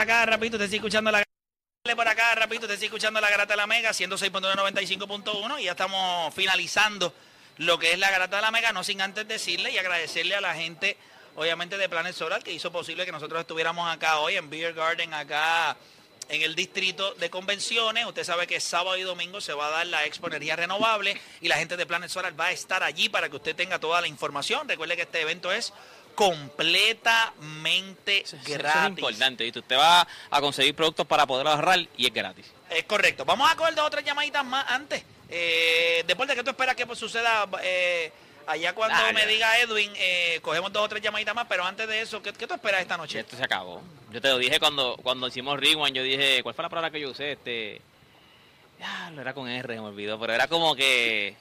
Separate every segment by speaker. Speaker 1: acá, rapito, te estoy escuchando la Dale por acá, rapito, te estoy escuchando la Garata de la Mega, 106.95.1 y ya estamos finalizando lo que es la Garata de la Mega, no sin antes decirle y agradecerle a la gente, obviamente, de Planet Solar, que hizo posible que nosotros estuviéramos acá hoy en Beer Garden, acá en el distrito de convenciones. Usted sabe que sábado y domingo se va a dar la Expo Energía Renovable y la gente de Planet Solar va a estar allí para que usted tenga toda la información. Recuerde que este evento es completamente
Speaker 2: Eso- eso- eso
Speaker 1: gratis.
Speaker 2: es importante, ¿viste? Usted va a conseguir productos para poder ahorrar y es gratis.
Speaker 1: Es correcto. Vamos a coger dos o tres llamaditas más antes. Eh, después de que tú esperas que pues, suceda eh, allá cuando
Speaker 2: Dale.
Speaker 1: me diga Edwin, eh, cogemos dos o tres llamaditas más, pero antes de eso, ¿qué, qué tú esperas esta
Speaker 2: Y
Speaker 1: noche?
Speaker 2: esto se acabó. Yo te lo dije cuando, cuando hicimos Rewind, yo dije, ¿cuál fue la palabra que yo usé? Este. Ya, lo era con R, me olvidó, pero era como que.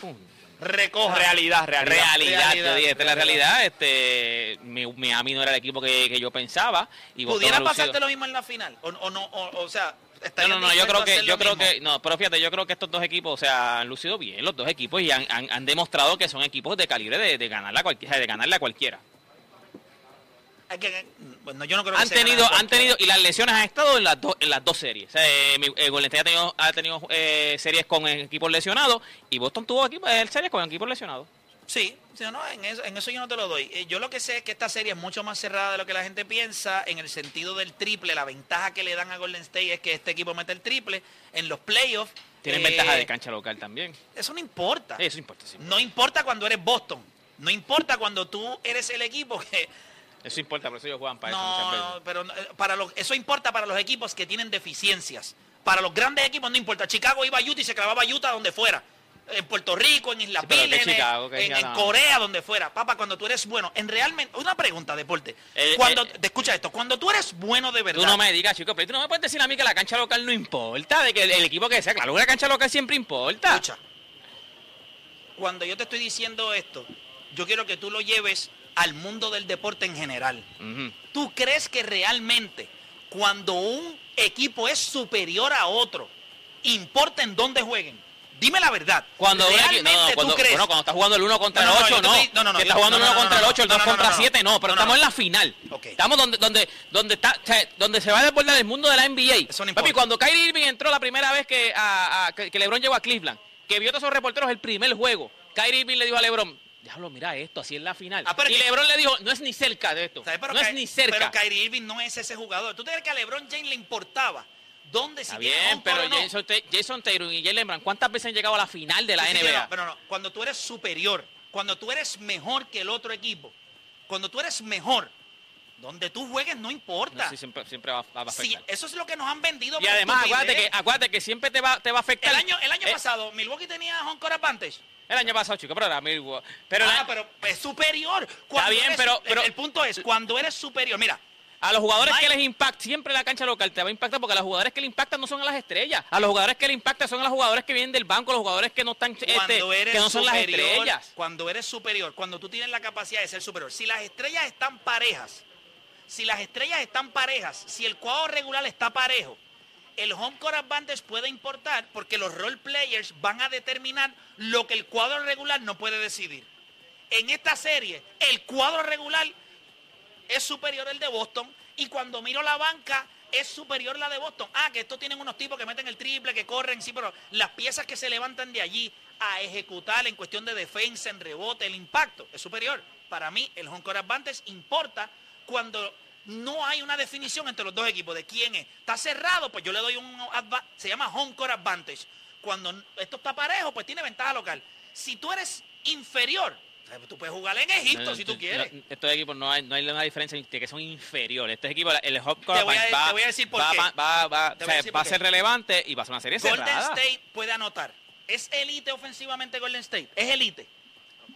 Speaker 2: pum,
Speaker 1: Recoja.
Speaker 2: Ah, Realidad, realidad. Realidad,
Speaker 1: Oh, Realidad,
Speaker 2: yo dije, esta es la realidad. Este, mi- Miami no era el equipo que, que yo pensaba. Y Boston
Speaker 1: ¿Pudiera
Speaker 2: ha lucido-
Speaker 1: pasarte lo mismo en la final? ¿O, o no? O, o sea,
Speaker 2: No, no, no, yo creo que, yo creo que,
Speaker 1: que
Speaker 2: no, pero fíjate, yo creo que estos dos equipos, o sea, han lucido bien los dos equipos y han, han- han demostrado que son equipos de calibre de, de ganarla a cualquiera, de ganarla a cualquiera.
Speaker 1: que- bueno, yo no creo que
Speaker 2: Han
Speaker 1: sea
Speaker 2: tenido,
Speaker 1: gran
Speaker 2: han tenido, y las lesiones han estado en las dos, en las dos series. O sea, eh, mi- eh, Golden State ha tenido, ha tenido, eh, series con equipos lesionados y Boston tuvo equipo- eh, series con equipos lesionados.
Speaker 1: Sí, sí, no, en eso, en eso yo no te lo doy. Eh, Yo lo que sé es que esta serie es mucho más cerrada de lo que la gente piensa en el sentido del triple. La ventaja que le dan a Golden State es que este equipo mete el triple en los playoffs.
Speaker 2: Tienen
Speaker 1: eh,
Speaker 2: ventaja de cancha local también.
Speaker 1: Eso no importa.
Speaker 2: Eso importa, sí.
Speaker 1: No importa cuando eres Boston. No importa cuando tú eres el equipo que...
Speaker 2: Eso importa, por eso ellos juegan para eso muchas veces.
Speaker 1: No, pero no, eh, para los, eso importa para los equipos que tienen deficiencias. Para los grandes equipos no importa. Chicago iba a Utah y se clavaba a Utah donde fuera. En Puerto Rico, en Isla
Speaker 2: Sí, pero de
Speaker 1: Vírgenes,
Speaker 2: Chicago, que
Speaker 1: en, en
Speaker 2: ganaba.
Speaker 1: Corea, donde fuera. Papá, cuando tú eres bueno, en realmente... Una pregunta, Deporte.
Speaker 2: Eh,
Speaker 1: cuando,
Speaker 2: eh,
Speaker 1: te escucha esto. Cuando tú eres bueno de verdad...
Speaker 2: Tú no me digas, chico, pero tú no me puedes decir a mí que la cancha local no importa, de que el, el equipo que sea, claro, una cancha local siempre importa.
Speaker 1: Escucha. Cuando yo te estoy diciendo esto, yo quiero que tú lo lleves al mundo del deporte en general.
Speaker 2: Ujú.
Speaker 1: ¿Tú crees que realmente cuando un equipo es superior a otro, importa en dónde jueguen? Dime la verdad.
Speaker 2: Cuando, un equi-
Speaker 1: realmente
Speaker 2: no, no,
Speaker 1: tú
Speaker 2: cuando-
Speaker 1: crees.
Speaker 2: bueno, cuando estás jugando el 1 contra
Speaker 1: No, no,
Speaker 2: el
Speaker 1: no,
Speaker 2: 8,
Speaker 1: yo te
Speaker 2: no.
Speaker 1: estoy- no, no, no,
Speaker 2: Si estás
Speaker 1: yo-
Speaker 2: jugando el
Speaker 1: no,
Speaker 2: 1
Speaker 1: no,
Speaker 2: contra el
Speaker 1: no,
Speaker 2: 8, el
Speaker 1: no,
Speaker 2: 2
Speaker 1: no, no,
Speaker 2: contra
Speaker 1: no.
Speaker 2: 7, no,
Speaker 1: No,
Speaker 2: pero
Speaker 1: no,
Speaker 2: estamos en
Speaker 1: no.
Speaker 2: la final.
Speaker 1: Ok.
Speaker 2: Estamos donde, donde, donde, está, o sea, donde se va a desbordar el mundo de la NBA.
Speaker 1: Eso no importa.
Speaker 2: Papi, cuando Kyrie Irving entró la primera vez que, a- a- que que LeBron llegó a Cleveland, que vio a todos esos reporteros el primer juego, Kyrie Irving le dijo a LeBron, diablo, mira esto, así es la final.
Speaker 1: Ah, pero
Speaker 2: y
Speaker 1: que-
Speaker 2: LeBron le dijo, no es ni cerca de esto.
Speaker 1: ¿Sabes? Pero
Speaker 2: no
Speaker 1: Ky-
Speaker 2: es ni
Speaker 1: Pero
Speaker 2: cerca.
Speaker 1: Kyrie Irving no es ese jugador. ¿Tú te crees que a LeBron James le importaba dónde si
Speaker 2: Está
Speaker 1: tiene
Speaker 2: bien,
Speaker 1: home
Speaker 2: pero
Speaker 1: o no?
Speaker 2: Jason, Te- Jason Tatum y Jalen Brown, ¿cuántas veces han llegado a la final de la
Speaker 1: Sí, sí,
Speaker 2: NBA?
Speaker 1: no, pero no, cuando tú eres superior, cuando tú eres mejor que el otro equipo, cuando tú eres mejor, donde tú juegues no importa.
Speaker 2: No, sí, siempre, siempre va, va a
Speaker 1: Sí,
Speaker 2: afectar.
Speaker 1: eso es lo que nos han vendido.
Speaker 2: y
Speaker 1: por
Speaker 2: además,
Speaker 1: estupidez.
Speaker 2: acuérdate que, acuérdate que siempre te va, te va a afectar.
Speaker 1: ¿eh? el año, el año
Speaker 2: Eh,
Speaker 1: pasado, Milwaukee tenía home court advantage.
Speaker 2: El año pasado, chico, pero era Milwaukee. Pero,
Speaker 1: Ah,
Speaker 2: la-
Speaker 1: pero es superior.
Speaker 2: bien,
Speaker 1: eres-
Speaker 2: pero-
Speaker 1: el-
Speaker 2: pero-
Speaker 1: el, punto es, cuando eres superior, mira,
Speaker 2: a los jugadores
Speaker 1: Mike-
Speaker 2: que les impacta, siempre la cancha local te va a impactar porque a los jugadores que le impactan no son a las estrellas. A los jugadores que le impactan son a los jugadores que vienen del banco, los jugadores que no están, este,
Speaker 1: cuando eres
Speaker 2: que no son
Speaker 1: superior,
Speaker 2: las estrellas.
Speaker 1: cuando eres superior, cuando tú tienes la capacidad de ser superior, si las estrellas están parejas, si las estrellas están parejas, si el cuadro regular está parejo, el home court advantage puede importar porque los role players van a determinar lo que el cuadro regular no puede decidir. En esta serie, el cuadro regular es superior el de Boston. Y cuando miro la banca, es superior la de Boston. Ah, que estos tienen unos tipos que meten el triple, que corren, sí, pero las piezas que se levantan de allí a ejecutar en cuestión de defensa, en rebote, el impacto es superior. Para mí, el home court advantage importa cuando no hay una definición entre los dos equipos de quién es. Está cerrado, pues yo le doy un adva- se llama home court advantage. Cuando esto está parejo, pues tiene ventaja local. Si tú eres inferior, tú puedes jugar en Egipto
Speaker 2: No, no,
Speaker 1: si tú
Speaker 2: no,
Speaker 1: quieres.
Speaker 2: no, estos equipos no hay, no hay una diferencia entre que son inferiores. Estos equipos, el Hop
Speaker 1: Te voy a- te voy a decir por
Speaker 2: va,
Speaker 1: qué.
Speaker 2: va- va- va-
Speaker 1: Te voy a
Speaker 2: o sea,
Speaker 1: decir
Speaker 2: va a
Speaker 1: por
Speaker 2: ser
Speaker 1: qué.
Speaker 2: relevante y va a ser una serie
Speaker 1: Golden
Speaker 2: cerrada.
Speaker 1: State puede anotar. Es elite ofensivamente Golden State. Es elite.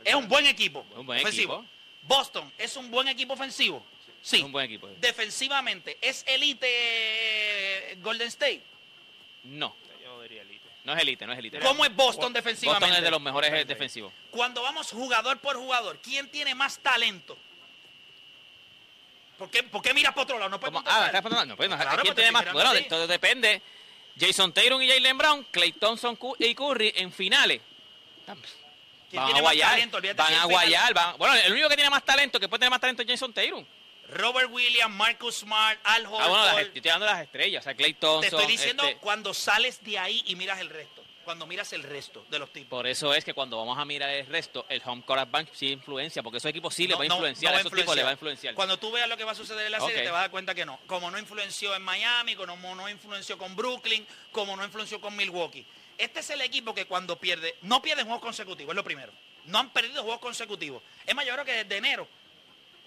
Speaker 1: Es un buen equipo.
Speaker 2: Un buen
Speaker 1: ofensivo.
Speaker 2: equipo.
Speaker 1: Boston es un buen equipo ofensivo. Sí.
Speaker 2: Es un buen equipo.
Speaker 1: Defensivamente es elite eh, Golden State.
Speaker 2: No. No es elite, no es elite.
Speaker 1: ¿Cómo es Boston defensivamente?
Speaker 2: Boston es de los mejores defensivos.
Speaker 1: Cuando vamos jugador por jugador, ¿quién tiene más talento? ¿Por qué, por qué miras para otro lado? No puedes
Speaker 2: ¿Cómo? Ah,
Speaker 1: contestar.
Speaker 2: está pasando- no, pues, no,
Speaker 1: Claro,
Speaker 2: ¿quién
Speaker 1: pues,
Speaker 2: tiene
Speaker 1: estoy
Speaker 2: más?
Speaker 1: mirando
Speaker 2: Bueno,
Speaker 1: así.
Speaker 2: de- todo depende. Jason Tatum y Jalen Brown, Clay Thompson Cu- y Curry en finales.
Speaker 1: ¿Quién
Speaker 2: Van
Speaker 1: tiene
Speaker 2: a
Speaker 1: más
Speaker 2: guayar.
Speaker 1: talento? Olvídate
Speaker 2: Van
Speaker 1: si
Speaker 2: a
Speaker 1: es final.
Speaker 2: guayar. van- Bueno, el único que tiene más talento, que puede tener más talento es Jason Tatum.
Speaker 1: Robert Williams, Marcus Smart, Al Horford.
Speaker 2: Ah, bueno, las, estoy dando las estrellas, o sea, Clay Thompson.
Speaker 1: Te estoy diciendo
Speaker 2: este-
Speaker 1: cuando sales de ahí y miras el resto. Cuando miras el resto de los tipos.
Speaker 2: por eso es que cuando vamos a mirar el resto, el home court advantage sí influencia, porque esos equipos sí les
Speaker 1: No,
Speaker 2: va a
Speaker 1: no,
Speaker 2: influenciar,
Speaker 1: no
Speaker 2: a esos tipos les va a influenciar.
Speaker 1: Cuando tú veas lo que va a suceder en la serie,
Speaker 2: Ok.
Speaker 1: te vas a dar cuenta que no. Como no influenció en Miami, como no influenció con Brooklyn, como no influenció con Milwaukee. Este es el equipo que cuando pierde, no pierden juegos consecutivos, es lo primero. No han perdido juegos consecutivos. Es más, yo creo que desde enero,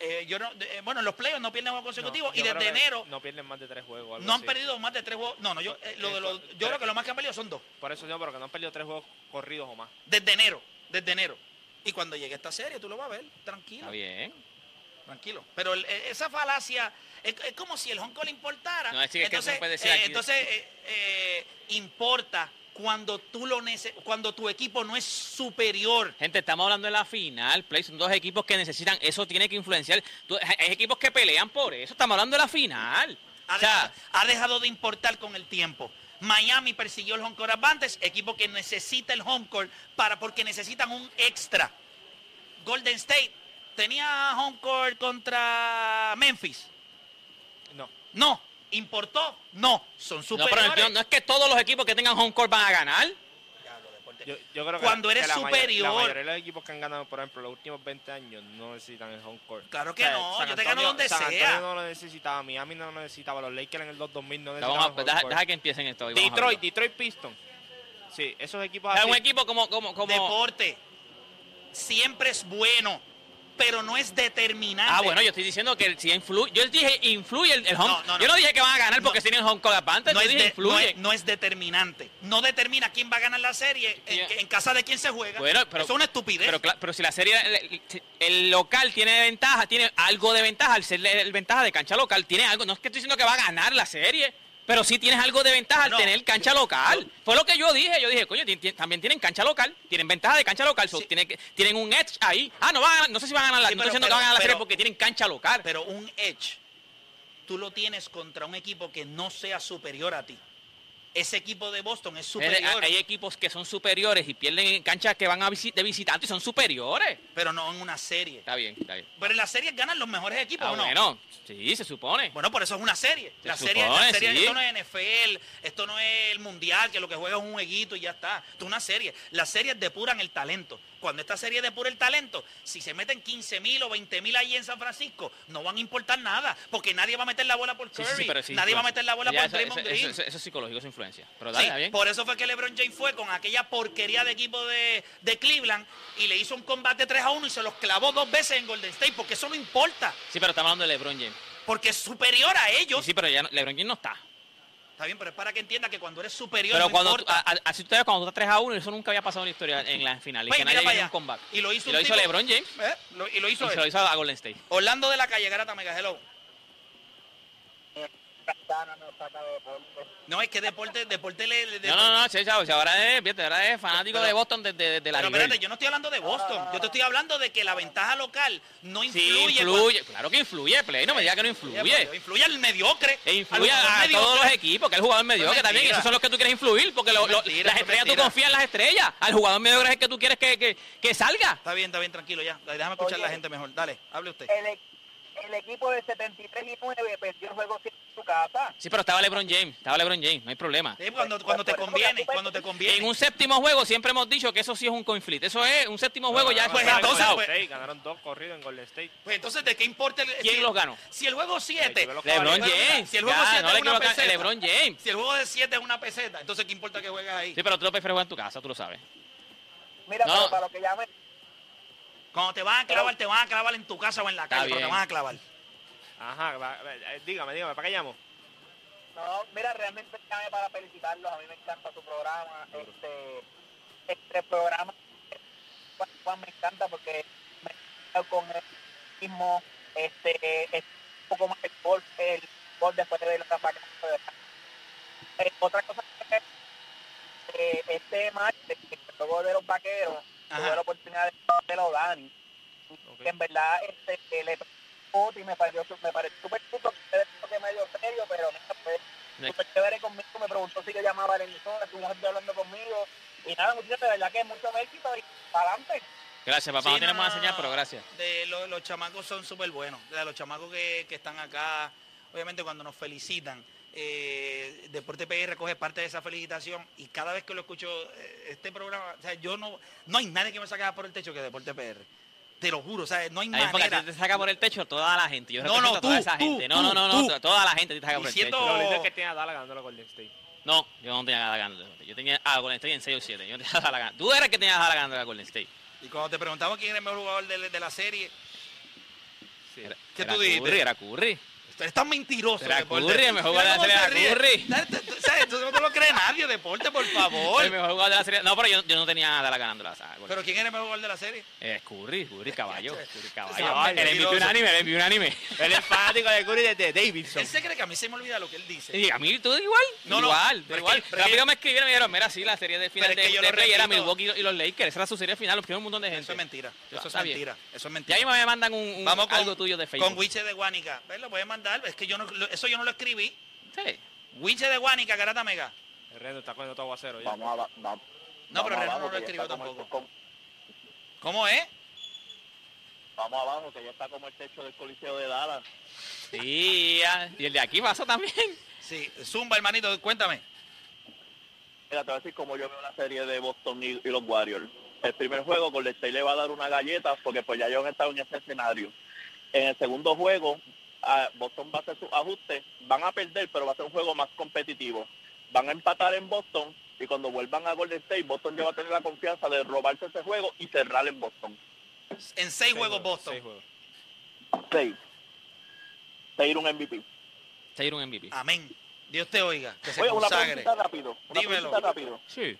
Speaker 1: eh, yo no, de- eh, bueno, en los playoffs no pierden juegos consecutivos
Speaker 3: No,
Speaker 1: y
Speaker 3: yo
Speaker 1: desde
Speaker 3: creo que
Speaker 1: enero no,
Speaker 3: No pierden más de tres juegos. algo
Speaker 1: han
Speaker 3: así.
Speaker 1: perdido más de tres juegos. No, no, yo, eh, lo de los- yo creo que lo más que han perdido son dos.
Speaker 3: Por eso no, pero que no han perdido tres juegos corridos o más.
Speaker 1: Desde enero, desde enero. Y cuando llegue esta serie, tú lo vas a ver, tranquilo.
Speaker 2: Está bien.
Speaker 1: Tranquilo. Pero el- e- esa falacia es, es como si el honco le importara.
Speaker 2: No, es que- es que
Speaker 1: entonces,
Speaker 2: no puede ser
Speaker 1: eh,
Speaker 2: aquí.
Speaker 1: entonces eh, eh, importa cuando tú lo nece- cuando tu equipo no es superior.
Speaker 2: Gente, estamos hablando de la final, Play, son dos equipos que necesitan, eso tiene que influenciar. Tú- hay hay equipos que pelean por eso, estamos hablando de la final.
Speaker 1: Ha,
Speaker 2: O sea,
Speaker 1: dejado, ha dejado de importar con el tiempo. Miami persiguió el home court advantage, equipo que necesita el home court para porque necesitan un extra. Golden State tenía home court contra Memphis.
Speaker 3: No.
Speaker 1: No, importó. No, son
Speaker 2: no, pero
Speaker 1: superiores. Pues
Speaker 2: no, no es que todos los equipos que tengan home court van a ganar.
Speaker 1: Diablo, deporte.
Speaker 3: Yo, yo creo que
Speaker 1: Cuando
Speaker 3: la-
Speaker 1: eres
Speaker 3: que la mayor-
Speaker 1: superior-
Speaker 3: la mayoría de los equipos que han ganado, por ejemplo, los últimos 20 años no necesitan el home court.
Speaker 1: Claro que no,
Speaker 3: San
Speaker 1: yo te gano
Speaker 3: Antonio-
Speaker 1: donde
Speaker 3: San
Speaker 1: sea.
Speaker 3: Antonio no lo necesitaba, Miami no lo necesitaba, los Lakers en el 2000 no
Speaker 2: La vamos a- pues
Speaker 3: necesitaban. home
Speaker 2: deja,
Speaker 1: pues
Speaker 3: court.
Speaker 2: deja que empiecen esto. y vamos a
Speaker 3: Detroit,
Speaker 2: verlo.
Speaker 3: Detroit Pistons. Sí, esos equipos
Speaker 2: Es
Speaker 3: así.
Speaker 2: un equipo como, como, como.
Speaker 1: Deporte siempre es bueno, pero no es determinante.
Speaker 2: Ah, bueno, yo estoy diciendo que si influye. Yo dije influye el, el home.
Speaker 1: No, no, no.
Speaker 2: Yo no dije que van a ganar porque
Speaker 1: No.
Speaker 2: tienen home court advantage.
Speaker 1: no
Speaker 2: yo
Speaker 1: es,
Speaker 2: dije
Speaker 1: de- no,
Speaker 2: influye.
Speaker 1: es, no es determinante. No determina quién va a ganar la serie,
Speaker 2: Sí,
Speaker 1: en,
Speaker 2: ya.
Speaker 1: en casa de quién se juega.
Speaker 2: Bueno, pero-
Speaker 1: Eso es una estupidez.
Speaker 2: pero, cla- pero si la serie, el, el local tiene ventaja, tiene algo de ventaja, al ser el, el ventaja de cancha local, tiene algo, no es que estoy diciendo que va a ganar la serie, pero sí tienes algo de ventaja al
Speaker 1: No.
Speaker 2: tener cancha local. Fue lo que yo dije, yo dije, coño, ti- ti- también tienen cancha local, tienen ventaja de cancha local, so
Speaker 1: Sí.
Speaker 2: tienen, que- tienen un edge ahí. Ah, no, van a ganar- no sé si van a ganar la,
Speaker 1: Sí,
Speaker 2: no
Speaker 1: pero-
Speaker 2: estoy
Speaker 1: pero-
Speaker 2: diciendo que van a ganar la
Speaker 1: pero-
Speaker 2: serie porque tienen cancha local.
Speaker 1: Pero un edge, tú lo tienes contra un equipo que no sea superior a ti. Ese equipo de Boston es superior,
Speaker 2: Hay hay equipos que son superiores y pierden en canchas que van a visi- de visitantes y son superiores.
Speaker 1: pero no en una serie.
Speaker 2: Está bien, está bien.
Speaker 1: Pero en las series ganan los mejores equipos,
Speaker 2: Ah,
Speaker 1: ¿o no?
Speaker 2: bueno, sí, se supone.
Speaker 1: Bueno, por eso es una serie.
Speaker 2: Se
Speaker 1: La serie, la
Speaker 2: supone,
Speaker 1: serie-
Speaker 2: sí.
Speaker 1: esto no es NFL, esto no es el mundial, que lo que juega es un jueguito y ya está. Esto es una serie. Las series depuran el talento. Cuando esta serie depura el talento, si se meten 15 mil o 20 mil allí en San Francisco, no van a importar nada, porque nadie va a meter la bola por
Speaker 2: Sí,
Speaker 1: Curry,
Speaker 2: sí, sí, pero sí,
Speaker 1: nadie
Speaker 2: influencia.
Speaker 1: va a meter la bola
Speaker 2: Ya,
Speaker 1: por
Speaker 2: eso,
Speaker 1: Draymond
Speaker 2: eso-
Speaker 1: Green.
Speaker 2: eso- eso es psicológico, es influencia. Pero
Speaker 1: Sí,
Speaker 2: dale, está bien.
Speaker 1: por eso fue que LeBron James fue con aquella porquería de equipo de, de Cleveland y le hizo un combate 3 a 1 y se los clavó dos veces en Golden State, porque eso no importa,
Speaker 2: Sí, pero estamos hablando de LeBron James.
Speaker 1: porque es superior a ellos.
Speaker 2: Sí, pero ya no- LeBron James no está.
Speaker 1: Está bien, pero es para que entienda que cuando eres superior
Speaker 2: Pero
Speaker 1: no
Speaker 2: cuando tú, ah,
Speaker 1: importa.
Speaker 2: a- a- así tú te ves, cuando tú estás 3 a 1, eso nunca había pasado en la historia en la final. Y
Speaker 1: Ve,
Speaker 2: que
Speaker 1: Pues mira
Speaker 2: nadie
Speaker 1: para
Speaker 2: viene
Speaker 1: allá.
Speaker 2: un comeback.
Speaker 1: Y lo hizo
Speaker 2: Y
Speaker 1: un
Speaker 2: lo hizo
Speaker 1: tipo-
Speaker 2: LeBron James.
Speaker 1: ¿Eh? Lo- y lo
Speaker 2: Y
Speaker 1: hizo,
Speaker 2: se
Speaker 1: él.
Speaker 2: lo hizo a Golden State.
Speaker 1: Orlando de la calle, Garata Mega, hello. No, es que deporte, deporte le... le-
Speaker 2: No, no, no, sí, chavo, si ahora es, fíjate, ahora es fanático
Speaker 1: Pero-
Speaker 2: de Boston desde de, de la
Speaker 1: Pero
Speaker 2: River.
Speaker 1: espérate, yo no estoy hablando de Boston. Yo te estoy hablando de que la ventaja local no
Speaker 2: Sí,
Speaker 1: influye.
Speaker 2: influye.
Speaker 1: cuando-
Speaker 2: Claro que influye, Play, no me digas que no
Speaker 1: Eh,
Speaker 2: influye.
Speaker 1: pues, Influye al mediocre.
Speaker 2: E
Speaker 1: al
Speaker 2: influye
Speaker 1: jugador
Speaker 2: a, a
Speaker 1: mediocre.
Speaker 2: todos los equipos, que el jugador mediocre también,
Speaker 1: mentira.
Speaker 2: esos son los que tú quieres influir, porque lo-
Speaker 1: Eso es
Speaker 2: lo-
Speaker 1: mentira, eso
Speaker 2: las
Speaker 1: es
Speaker 2: estrellas tú
Speaker 1: mentira.
Speaker 2: confías en las estrellas, al jugador mediocre es el que tú quieres que, que, que salga.
Speaker 1: Está bien, está bien, tranquilo ya. Dale, Déjame escuchar a la
Speaker 4: Oye.
Speaker 1: gente mejor. Dale, hable usted.
Speaker 5: Eh,
Speaker 4: el, e- el equipo de 73 y 9 perdió el juego en su casa.
Speaker 2: Sí, pero estaba LeBron James, estaba LeBron James, no hay problema.
Speaker 1: Sí, cuando, cuando te
Speaker 4: por eso,
Speaker 1: conviene,
Speaker 4: porque tú-
Speaker 1: cuando te conviene.
Speaker 2: En un séptimo juego siempre hemos dicho que eso sí es un conflicto. Eso es, un séptimo
Speaker 3: No,
Speaker 2: juego
Speaker 3: no,
Speaker 2: ya
Speaker 3: no,
Speaker 2: es
Speaker 3: ganaron
Speaker 1: entonces,
Speaker 3: Golden
Speaker 1: pues-
Speaker 3: State, ganaron dos corridos en Golden State.
Speaker 1: Pues entonces, ¿de qué importa el...
Speaker 2: ¿Quién
Speaker 1: si-
Speaker 2: los ganó?
Speaker 1: Si el juego 7...
Speaker 3: Yo los
Speaker 2: LeBron
Speaker 3: Pero,
Speaker 2: James.
Speaker 1: Si el juego
Speaker 2: Ya,
Speaker 1: 7
Speaker 2: no le
Speaker 1: es una
Speaker 2: equivocas,
Speaker 1: peseta.
Speaker 2: LeBron James.
Speaker 1: Si el juego de 7 es una peseta, entonces ¿qué importa que juegas ahí?
Speaker 2: Sí, pero tú lo prefieres jugar en tu casa, tú lo sabes.
Speaker 4: Mira,
Speaker 2: No.
Speaker 4: pero para lo que llaman
Speaker 1: Cuando te van a clavar, te van a clavar en tu casa o en la
Speaker 2: Está
Speaker 1: calle, pero te
Speaker 2: bien.
Speaker 1: van a clavar.
Speaker 3: Ajá, va- va- eh, dígame, dígame, ¿para qué llamo?
Speaker 4: No, mira, realmente llame para felicitarlos. A mí me encanta su programa. Este, este programa Juan- Juan me encanta porque me encanta con el mismo, este, es un poco más el gol, el gol después de la tapa que de eh, Otra cosa que eh, este martes, que se tocó de los vaqueros,
Speaker 1: Ajá.
Speaker 4: tuve la oportunidad de hacerlo a Dani.
Speaker 3: Ok.
Speaker 4: que en verdad este que le tocó y me pareció me pareció súper justo que medio serio pero nada, fue súper chévere conmigo me preguntó si yo llamaba a la emisora estuvo hablando conmigo y nada muchachos de verdad que mucho éxito y para adelante
Speaker 2: Gracias, Gracias, papá.
Speaker 1: Sí,
Speaker 2: no tienes
Speaker 1: no,
Speaker 2: más
Speaker 1: no,
Speaker 2: señal,
Speaker 1: no.
Speaker 2: pero gracias.
Speaker 1: De lo- los chamacos son súper buenos. De los chamacos que, que están acá, obviamente cuando nos felicitan, eh, Deporte PR coge parte de esa felicitación y cada vez que lo escucho eh, este programa, o sea, yo no, no hay nadie que me saque por el techo que Deporte PR. Te lo juro, o sea, no hay
Speaker 2: Ahí porque a
Speaker 1: manera.
Speaker 2: ti te saca por el techo toda la gente. Yo
Speaker 1: No, no,
Speaker 2: represento a toda
Speaker 1: tú,
Speaker 2: esa
Speaker 1: tú,
Speaker 2: gente. No, no,
Speaker 1: tú,
Speaker 2: no, no,
Speaker 1: tú.
Speaker 2: toda la gente te saca por el
Speaker 1: Diciendo-
Speaker 2: techo.
Speaker 3: Lo lindo es que tiene a Dallas ganando la Golden State.
Speaker 2: No, yo no tenía nada ganando. Yo tenía a Golden State en 6 o 7. Yo no tenía nada ganando. Tú eras el que tenías nada ganando la Golden State.
Speaker 1: Y cuando te preguntamos quién era el mejor jugador de, de la serie,
Speaker 3: Sí.
Speaker 2: Era,
Speaker 1: ¿Qué
Speaker 2: era
Speaker 1: tú dijiste?
Speaker 2: Curry, era Curry.
Speaker 1: eres tan mentiroso.
Speaker 2: Era
Speaker 1: Deporte.
Speaker 2: Curry, el mejor
Speaker 1: Mira
Speaker 2: jugador de la
Speaker 1: cómo
Speaker 2: serie
Speaker 1: se
Speaker 2: era
Speaker 1: ríe.
Speaker 2: Curry.
Speaker 1: ¿Sabes? Tú- ¿Sabes? Tú no te lo cree nadie, Deporte, por favor.
Speaker 2: El mejor jugador de la serie. No, pero yo, yo no tenía Dallas ganando la saga.
Speaker 1: Pero ¿quién era el mejor jugador de la serie?
Speaker 2: Es Curry, Curry, caballo. Curry,
Speaker 1: Ese
Speaker 2: caballo.
Speaker 1: hombre
Speaker 2: Le envió un
Speaker 1: mentiroso.
Speaker 2: anime, le envió un anime.
Speaker 3: Él es fanático de Curry desde Davidson.
Speaker 1: Él se cree que a mí se me olvida lo que él dice.
Speaker 2: Y a mí todo igual,
Speaker 1: No, no,
Speaker 2: igual,
Speaker 1: pero es
Speaker 2: igual.
Speaker 1: que- pero es
Speaker 2: Rápido
Speaker 1: que-
Speaker 2: me escribieron y me dijeron, mira, sí, la serie de final
Speaker 1: es que
Speaker 2: de,
Speaker 1: yo
Speaker 2: de
Speaker 1: lo
Speaker 2: play era
Speaker 1: repito.
Speaker 2: Milwaukee y- y los Lakers. Esa era su serie final, los primeros un montón de gente.
Speaker 1: Eso es mentira.
Speaker 2: Ya,
Speaker 1: Eso es
Speaker 2: está bien.
Speaker 1: mentira. Eso es
Speaker 2: Y ahí
Speaker 1: mentira.
Speaker 2: me mandan un, un-
Speaker 1: Vamos con,
Speaker 2: algo tuyo de
Speaker 1: con
Speaker 2: Facebook.
Speaker 1: Wiche de Guánica. ¿Ves? Lo voy a mandar. Es que yo no, lo- eso yo no lo escribí.
Speaker 2: Sí.
Speaker 1: Wiche de Guánica, Garata Mega.
Speaker 3: El Reno está cogiendo todo aguacero ya.
Speaker 5: Vamos a va- va-
Speaker 1: No,
Speaker 5: vamos
Speaker 1: pero Renan
Speaker 5: abajo,
Speaker 1: no lo
Speaker 5: que ya
Speaker 1: escribió
Speaker 5: está como el-
Speaker 1: tampoco.
Speaker 5: con-
Speaker 1: ¿Cómo es?
Speaker 5: vamos abajo, que ya está como el techo del Coliseo de Dallas.
Speaker 2: Sí, ya. y el de aquí pasó también.
Speaker 1: Sí. Zumba, hermanito, cuéntame.
Speaker 5: Mira, te voy a decir cómo yo veo la serie de Boston y, y los Warriors. El primer juego con State le va a dar una galleta porque pues ya ellos han estado en ese escenario. En el segundo juego, ah, Boston va a hacer sus ajustes, van a perder, pero va a ser un juego más competitivo. Van a empatar en Boston y cuando vuelvan a Golden State, Boston ya va a tener la confianza de robarse ese juego y cerrar en Boston.
Speaker 1: En seis juegos Boston.
Speaker 3: Seis juegos.
Speaker 5: Seis. Seis un MVP.
Speaker 2: Se dieron un MVP.
Speaker 1: Amén. Dios te oiga. Que se
Speaker 5: Oye, una
Speaker 1: consagre.
Speaker 5: preguntita rápido. Una
Speaker 1: Dímelo.
Speaker 5: preguntita rápido.
Speaker 2: Sí.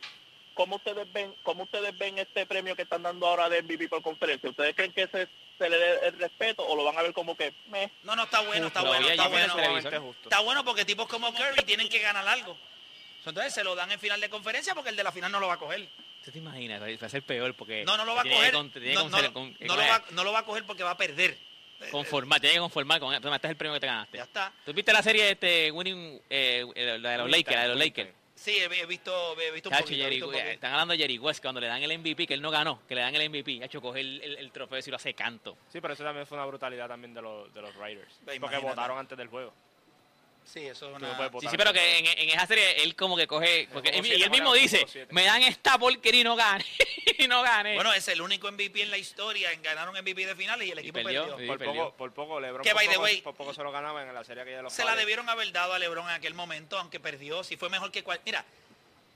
Speaker 5: ¿Cómo ustedes ven, cómo ustedes ven este premio que están dando ahora de MVP por conferencia? ¿Ustedes creen que se, se le dé el respeto o lo van a ver como que meh?
Speaker 1: No, no, está bueno, está
Speaker 2: Lo
Speaker 1: bueno,
Speaker 2: vi
Speaker 1: está
Speaker 2: allí en el
Speaker 1: bueno.
Speaker 2: televisor.
Speaker 3: Sumamente justo.
Speaker 1: Está bueno porque tipos como Curry tienen que ganar algo. Entonces se lo dan en final de conferencia porque el de la final no lo va a coger.
Speaker 2: ¿Tú te imaginas? Va a ser peor porque...
Speaker 1: No, no lo va a
Speaker 2: Eh, tiene que
Speaker 1: coger.
Speaker 2: con- tiene que
Speaker 1: No, no,
Speaker 2: con-
Speaker 1: no,
Speaker 2: con- eh,
Speaker 1: no lo va- no lo va a coger porque va a perder. Eh,
Speaker 2: Conformar, tiene que conformar con... Toma, Este es el premio que te
Speaker 1: Ya
Speaker 2: ganaste.
Speaker 1: está.
Speaker 2: ¿Tú viste la serie este, Winning, eh, eh, la de los
Speaker 3: Winning
Speaker 2: Lakers, la de los
Speaker 3: Time,
Speaker 2: Lakers?
Speaker 1: Sí, he he visto, he visto un
Speaker 2: Chacho,
Speaker 1: poquito. he
Speaker 2: Jerry-
Speaker 1: visto un poquito.
Speaker 2: están hablando de Jerry West cuando le dan el MVP, que él no ganó, que le dan el MVP. Chacho, coge el, el- el trofeo y lo hace canto.
Speaker 3: Sí, pero eso también fue una brutalidad también de los, de los Raiders. Porque
Speaker 1: imagínate.
Speaker 3: votaron antes del juego.
Speaker 1: Sí, eso es
Speaker 3: Tú no
Speaker 1: una...
Speaker 3: puedes
Speaker 2: Sí,
Speaker 3: votar.
Speaker 2: sí, pero que en, en esa serie él como que coge... porque
Speaker 3: como
Speaker 2: él- y
Speaker 3: siete,
Speaker 2: él mismo
Speaker 3: como
Speaker 2: dice,
Speaker 3: siete.
Speaker 2: me dan esta porquería y no gane. y no gane.
Speaker 1: Bueno, es el único MVP en la historia en ganar un MVP de finales y el
Speaker 2: Y
Speaker 1: equipo
Speaker 2: perdió.
Speaker 1: perdió.
Speaker 2: Sí,
Speaker 3: por,
Speaker 2: perdió.
Speaker 3: poco, por poco, LeBron
Speaker 1: Que,
Speaker 3: por
Speaker 1: by the
Speaker 3: poco,
Speaker 1: way,
Speaker 3: por poco se lo ganaban en la serie aquella de los
Speaker 1: Se la
Speaker 3: Cavaliers.
Speaker 1: debieron haber dado a LeBron en aquel momento, aunque perdió, si fue mejor que cual... Mira,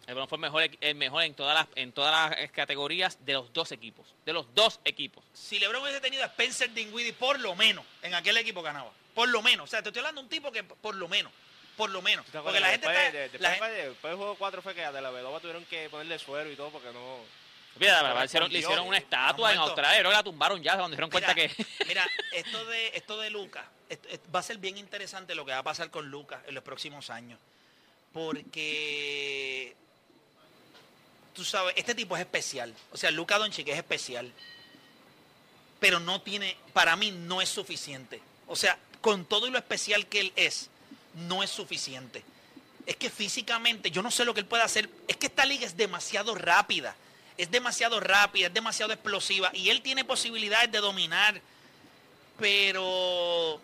Speaker 2: LeBron fue el mejor, el mejor en todas las en todas las categorías de los dos equipos, de los dos equipos.
Speaker 1: si LeBron hubiese tenido a Spencer Dinwiddie, por lo menos, en aquel equipo ganaba. Por lo menos. O sea, te estoy hablando de un tipo que por lo menos, por lo menos.
Speaker 3: ¿Tú te
Speaker 1: Porque
Speaker 3: acuerdas?
Speaker 1: la gente
Speaker 3: después,
Speaker 1: está...
Speaker 3: de-
Speaker 1: la
Speaker 3: después,
Speaker 1: gente-
Speaker 3: fue- después del juego 4 fue que a De La Vedova tuvieron que ponerle suero y todo porque no...
Speaker 2: Mira, la
Speaker 3: Pero
Speaker 2: verdad, hicieron- le
Speaker 3: respondió,
Speaker 2: hicieron una
Speaker 3: eh,
Speaker 2: estatua en
Speaker 1: Roberto.
Speaker 2: Australia, creo que la tumbaron ya cuando se dieron cuenta que...
Speaker 1: mira, esto de esto de Lucas esto- esto- va a ser bien interesante lo que va a pasar con Lucas en los próximos años, porque tú sabes este tipo es especial, o sea Luca Doncic es especial, pero no tiene, para mí no es suficiente, o sea con todo y lo especial que él es, no es suficiente. Es que físicamente, yo no sé lo que él puede hacer. Es que esta liga es demasiado rápida. Es demasiado rápida, es demasiado explosiva. Y él tiene posibilidades de dominar. Pero,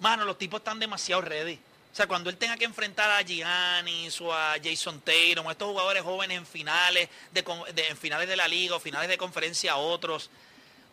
Speaker 1: mano, los tipos están demasiado ready. O sea, cuando él tenga que enfrentar a Giannis o a Jason Tatum, a estos jugadores jóvenes en finales de, con- de- en finales de la liga o finales de conferencia a otros,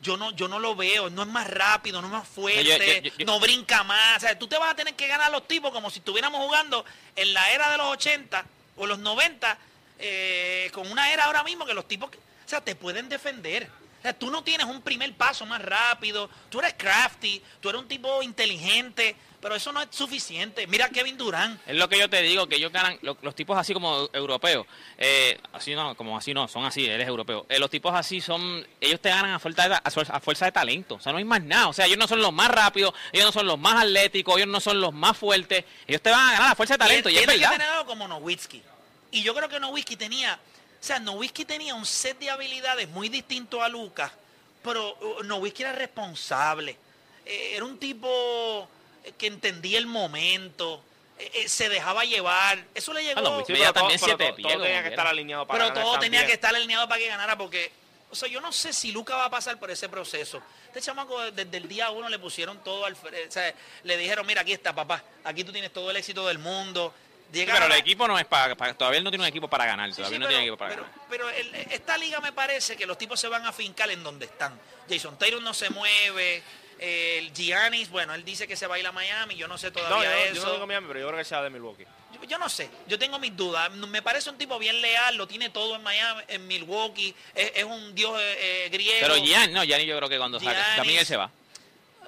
Speaker 1: yo no, yo no lo veo. No es más rápido, no es más fuerte,
Speaker 2: yo- yo-
Speaker 1: no brinca más. O sea, tú te vas a tener que ganar a los tipos como si estuviéramos jugando en la era de los 80 o los 90, eh, con una era ahora mismo que los tipos, que- o sea, te pueden defender. O sea, tú no tienes un primer paso más rápido, tú eres crafty, tú eres un tipo inteligente, pero eso no es suficiente. Mira a Kevin Durant.
Speaker 2: Es lo que yo te digo, que ellos ganan, lo- los tipos así como europeos, eh, así no, como así no, son así, eres europeo. Eh, los tipos así son, ellos te ganan a fuerza, de, ta- a, fuer- a fuerza de talento, o sea, no hay más nada, o sea, ellos no son los más rápidos, ellos no son los más atléticos, ellos no son los más fuertes, ellos te van a ganar a fuerza de talento, y es
Speaker 1: Tiene que
Speaker 2: verdad.
Speaker 1: tener algo como Nowitzki. Y yo creo que Nowitzki tenía, o sea, Nowitzki tenía un set de habilidades muy distinto a Lucas, pero uh, Nowitzki era responsable. Eh, era un tipo eh, que entendía el momento, eh, eh, se dejaba llevar. Eso le llegó.
Speaker 2: Ah, Nowitzki
Speaker 3: pero
Speaker 2: Ella
Speaker 3: todo-
Speaker 2: también
Speaker 3: pero
Speaker 2: siete
Speaker 3: todo-
Speaker 2: pies,
Speaker 3: todo
Speaker 2: como
Speaker 3: tenía que
Speaker 2: quiera.
Speaker 3: estar alineado para
Speaker 1: pero
Speaker 3: ganar
Speaker 1: todo tenía
Speaker 3: también.
Speaker 1: que estar alineado para que ganara porque O sea, yo no sé si Luca va a pasar por ese proceso. Este chamaco desde el día uno le pusieron todo al fre- o sea, le dijeron, mira, aquí está, papá, aquí tú tienes todo el éxito del mundo. Llega
Speaker 2: pero
Speaker 1: a
Speaker 2: el
Speaker 1: la-
Speaker 2: equipo no es para, para- todavía él no tiene un equipo para ganar,
Speaker 1: Sí,
Speaker 2: todavía
Speaker 1: sí,
Speaker 2: no tiene equipo
Speaker 1: pero,
Speaker 2: para
Speaker 1: pero,
Speaker 2: ganar.
Speaker 1: pero el- esta liga me parece que los tipos se van a fincar en donde están. Jason Taylor no se mueve, el Giannis, bueno, él dice que se va a ir a Miami, yo no sé
Speaker 3: No,
Speaker 1: todavía
Speaker 3: yo, no- yo
Speaker 1: eso.
Speaker 3: no digo Miami, pero yo creo que sea de Milwaukee.
Speaker 1: Yo, yo no sé, yo tengo mis dudas. Me parece un tipo bien leal, lo tiene todo en Miami, en Milwaukee, es, es un dios eh, eh, griego.
Speaker 2: Pero Gian, no, Gianni yo creo que cuando saca,
Speaker 1: Giannis-
Speaker 2: también él se va.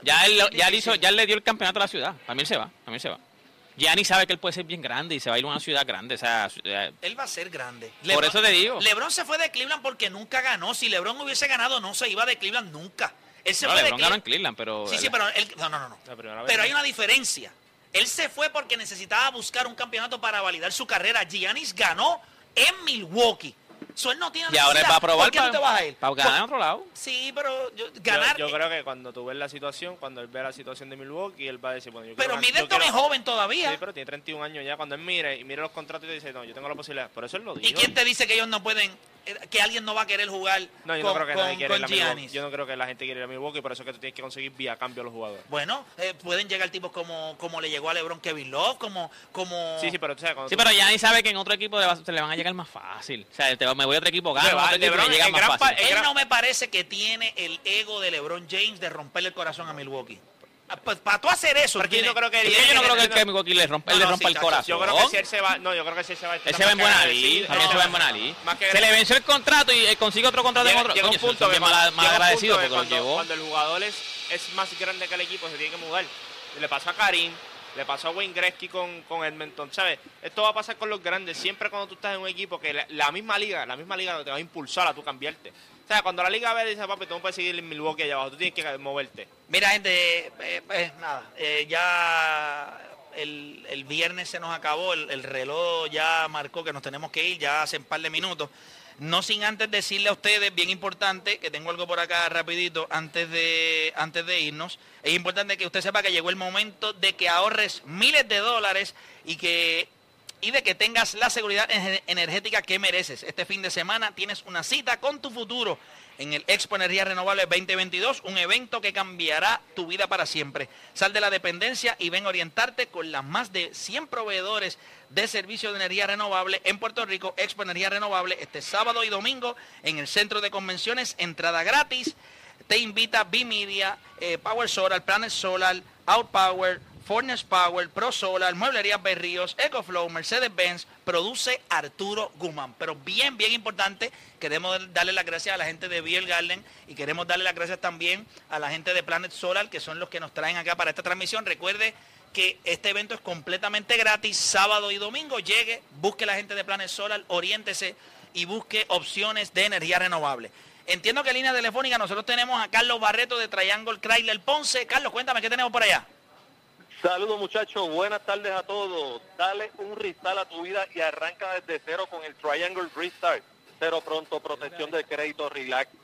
Speaker 2: Ya él, lo- ya él hizo,
Speaker 1: Difícil.
Speaker 2: ya él le dio el campeonato a la ciudad, también se va, también se va. Gianni sabe que él puede ser bien grande y se va a ir a una ciudad grande, o sea, eh,
Speaker 1: Él va a ser grande.
Speaker 2: por eso te digo.
Speaker 1: LeBron se fue de Cleveland porque nunca ganó. Si LeBron hubiese ganado, no se iba de Cleveland nunca. Él se
Speaker 2: No,
Speaker 1: fue de
Speaker 2: LeBron ganó en
Speaker 1: Cleveland.
Speaker 2: Cleveland, pero
Speaker 1: Sí,
Speaker 2: eh,
Speaker 1: sí, pero él, no, no, no, no.
Speaker 3: La primera vez.
Speaker 1: Pero hay una diferencia. Él se fue porque necesitaba buscar un campeonato para validar su carrera. Giannis ganó en Milwaukee. So, él no tiene
Speaker 2: y ahora él
Speaker 1: necesidad.
Speaker 2: va a probar
Speaker 1: ¿Por qué tú te vas a ir?
Speaker 2: para ganar en otro lado.
Speaker 1: Sí, pero yo-
Speaker 3: Yo-
Speaker 1: ganar.
Speaker 3: Yo, creo que cuando tú ves la situación, cuando él ve la situación de Milwaukee, él va a decir, bueno, yo
Speaker 1: pero
Speaker 3: quiero ganar- yo
Speaker 1: Middleton es
Speaker 3: quiero-
Speaker 1: joven todavía.
Speaker 3: Sí, pero tiene 31 años ya. Cuando él mire y mire los contratos y dice, no, yo tengo la posibilidad. Por eso él lo dijo.
Speaker 1: ¿Y quién te dice que ellos no pueden, eh, que alguien no va a querer jugar
Speaker 3: No, yo
Speaker 1: con,
Speaker 3: no creo que
Speaker 1: con-
Speaker 3: nadie quiere ir
Speaker 1: con
Speaker 3: a Milwaukee.
Speaker 1: Giannis?
Speaker 3: Yo no creo que la gente quiera ir a Milwaukee, por eso es que tú tienes que conseguir vía cambio a los jugadores.
Speaker 1: Bueno, eh, pueden llegar tipos como, como le llegó a LeBron Kevin Love, como, como
Speaker 3: Sí, sí, pero tú sabes, cuando
Speaker 2: Sí,
Speaker 3: tú-
Speaker 2: pero Gianni sabe que en otro equipo le va- se le van a llegar más fácil. O sea, te va- me voy a otro equipo, gano,
Speaker 3: Lebron-
Speaker 2: a otro equipo
Speaker 3: Lebron,
Speaker 2: me llega
Speaker 3: el
Speaker 2: más
Speaker 3: gran
Speaker 2: fácil.
Speaker 3: pa-
Speaker 1: Él
Speaker 3: Era-
Speaker 1: no me parece que tiene el ego de LeBron James de romperle el corazón a Milwaukee. Ah, pues, Para tú hacer eso,
Speaker 3: Porque
Speaker 1: tú
Speaker 3: yo no
Speaker 1: tienes-
Speaker 3: creo que-
Speaker 1: tú
Speaker 2: Es
Speaker 1: tienes
Speaker 2: que yo no creo que el
Speaker 1: tener-
Speaker 2: que Milwaukee le rompa,
Speaker 1: No,
Speaker 2: le
Speaker 1: no,
Speaker 2: rompa
Speaker 1: sí,
Speaker 2: el
Speaker 1: chacho,
Speaker 2: corazón.
Speaker 3: Yo creo que si él se va, no, yo creo que si él se va,
Speaker 2: Él se va en buena lid, también se va en buena lid. Se le venció el contrato y eh, consigue otro contrato en
Speaker 3: Llega,
Speaker 2: otro.
Speaker 3: llega
Speaker 2: Coño,
Speaker 3: un punto
Speaker 2: son
Speaker 3: que
Speaker 2: bien mal,
Speaker 3: cuando-
Speaker 2: mal
Speaker 3: llega un
Speaker 2: agradecido
Speaker 3: punto que
Speaker 2: porque lo
Speaker 3: cuando,
Speaker 2: llevó.
Speaker 3: cuando el jugador es, es más grande que el equipo, se tiene que mudar. Le pasó a Karim, le pasó a Wayne Gretzky con, con Edmonton, ¿sabes? Esto va a pasar con los grandes. Siempre cuando tú estás en un equipo que la, la misma liga, la misma liga te va a impulsar a tú cambiarte. O sea, cuando la liga ve, dice, papi, tú no puedes seguir en Milwaukee allá abajo, tú tienes que moverte.
Speaker 1: Mira, gente, eh, pues, nada, eh, ya el, el viernes se nos acabó, el, el reloj ya marcó que nos tenemos que ir, ya hace un par de minutos. No sin antes decirle a ustedes, bien importante, que tengo algo por acá rapidito, antes de, antes de irnos, es importante que usted sepa que llegó el momento de que ahorres miles de dólares y que y de que tengas la seguridad ener- energética que mereces. Este fin de semana tienes una cita con tu futuro en el Expo Energía Renovable 2022, un evento que cambiará tu vida para siempre. Sal de la dependencia y ven a orientarte con las más de 100 proveedores de servicios de energía renovable en Puerto Rico, Expo Energía Renovable, este sábado y domingo en el Centro de Convenciones, entrada gratis. Te invita B-Media, eh, Power Solar, Planet Solar, Outpower, Fornes Power, Pro Solar, Mueblerías Berríos, EcoFlow, Mercedes-Benz, produce Arturo Guzmán. Pero bien, bien importante, queremos darle las gracias a la gente de Beer Garden y queremos darle las gracias también a la gente de Planet Solar, que son los que nos traen acá para esta transmisión. Recuerde que este evento es completamente gratis, sábado y domingo. Llegue, busque la gente de Planet Solar, oriéntese y busque opciones de energía renovable. Entiendo que en línea telefónica nosotros tenemos a Carlos Barreto de Triangle Chrysler Ponce. Carlos, cuéntame, ¿qué tenemos por allá?
Speaker 5: Saludos muchachos, buenas tardes a todos. Dale un restart a tu vida y arranca desde cero con el Triangle Restart. Cero pronto, protección del crédito, relax,